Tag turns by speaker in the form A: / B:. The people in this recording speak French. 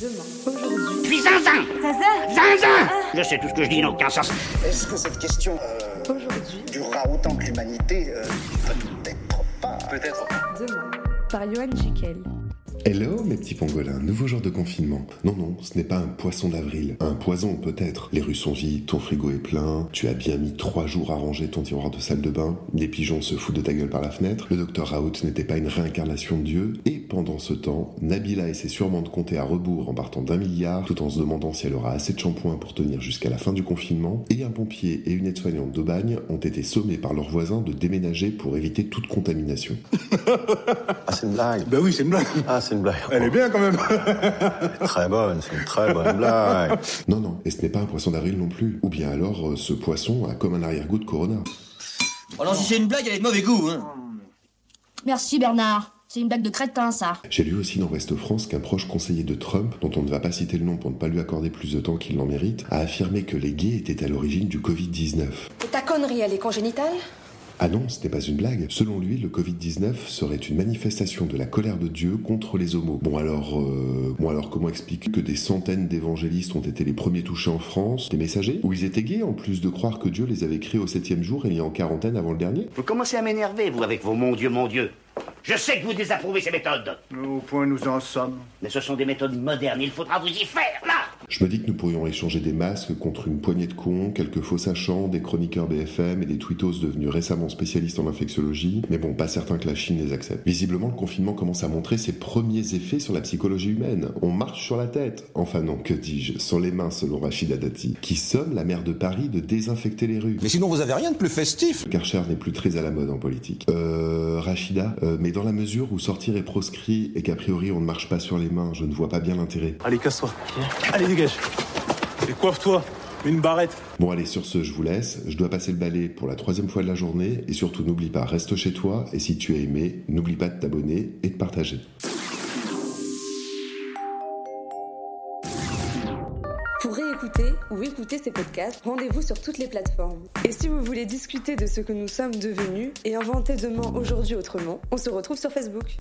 A: demain, aujourd'hui.
B: Puis zinzin
A: Zinzin
B: Zinzin Je sais tout ce que je dis, n'a aucun sens.
C: Est-ce que cette question euh,
A: Aujourd'hui,
C: durera autant que l'humanité euh, Peut-être pas. Peut-être pas.
A: demain. Par Johan Jekyll.
D: Hello mes petits pangolins, nouveau jour de confinement. Non non, ce n'est pas un poisson d'avril. Un poison peut-être. Les rues sont vides, ton frigo est plein, tu as bien mis trois jours à ranger ton tiroir de salle de bain, des pigeons se foutent de ta gueule par la fenêtre, le docteur Raoult n'était pas une réincarnation de Dieu, et pendant ce temps, Nabila essaie sûrement de compter à rebours en partant d'un milliard, tout en se demandant si elle aura assez de shampoing pour tenir jusqu'à la fin du confinement, et un pompier et une aide-soignante d'Aubagne ont été sommés par leurs voisins de déménager pour éviter toute contamination.
E: Ah, c'est une blague.
F: Ben oui, c'est une blague.
E: Ah, c'est une blague.
F: Elle est bien quand même.
E: Très bonne, c'est une très bonne blague.
D: Non, non, et ce n'est pas un poisson d'avril non plus. Ou bien alors, euh, ce poisson a comme un arrière-goût de Corona.
G: Alors si c'est une blague, elle est de mauvais goût, hein.
H: Merci Bernard. C'est une blague de crétin, ça.
D: J'ai lu aussi dans Ouest France qu'un proche conseiller de Trump, dont on ne va pas citer le nom pour ne pas lui accorder plus de temps qu'il n'en mérite, a affirmé que les gays étaient à l'origine du Covid-19.
I: Et ta connerie, elle est congénitale
D: Ah non, ce n'est pas une blague. Selon lui, le Covid-19 serait une manifestation de la colère de Dieu contre les homos. Bon alors, euh, bon alors comment expliquer que des centaines d'évangélistes ont été les premiers touchés en France, des messagers, où ils étaient gays en plus de croire que Dieu les avait créés au septième jour et mis en quarantaine avant le dernier
B: Vous commencez à m'énerver, vous, avec vos mon Dieu, mon Dieu. Je sais que vous désapprouvez ces méthodes,
F: Au point nous en sommes.
B: mais ce sont des méthodes modernes, il faudra vous y faire, là
D: Je me dis que nous pourrions échanger des masques contre une poignée de cons, quelques faux sachants, des chroniqueurs BFM et des twittos devenus récemment spécialistes en infectiologie, mais bon, pas certain que la Chine les accepte. Visiblement, le confinement commence à montrer ses premiers effets sur la psychologie humaine. On marche sur la tête. Enfin non, que dis-je, sans les mains selon Rachida Dati, qui somme la maire de Paris de désinfecter les rues.
G: Mais sinon vous avez rien de plus festif.
D: Le Karcher n'est plus très à la mode en politique. Euh, Rachida, euh, mais dans la mesure où sortir est proscrit et qu'a priori on ne marche pas sur les mains, je ne vois pas bien l'intérêt.
J: Allez, casse-toi. Allez, dégage. Et coiffe-toi. Mets une barrette.
D: Bon allez, sur ce, je vous laisse. Je dois passer le balai pour la troisième fois de la journée. Et surtout, n'oublie pas, reste chez toi. Et si tu as aimé, n'oublie pas de t'abonner et de partager.
A: Pour réécouter ou écouter ces podcasts, rendez-vous sur toutes les plateformes. Et si vous voulez discuter de ce que nous sommes devenus et inventer demain, aujourd'hui, autrement, on se retrouve sur Facebook.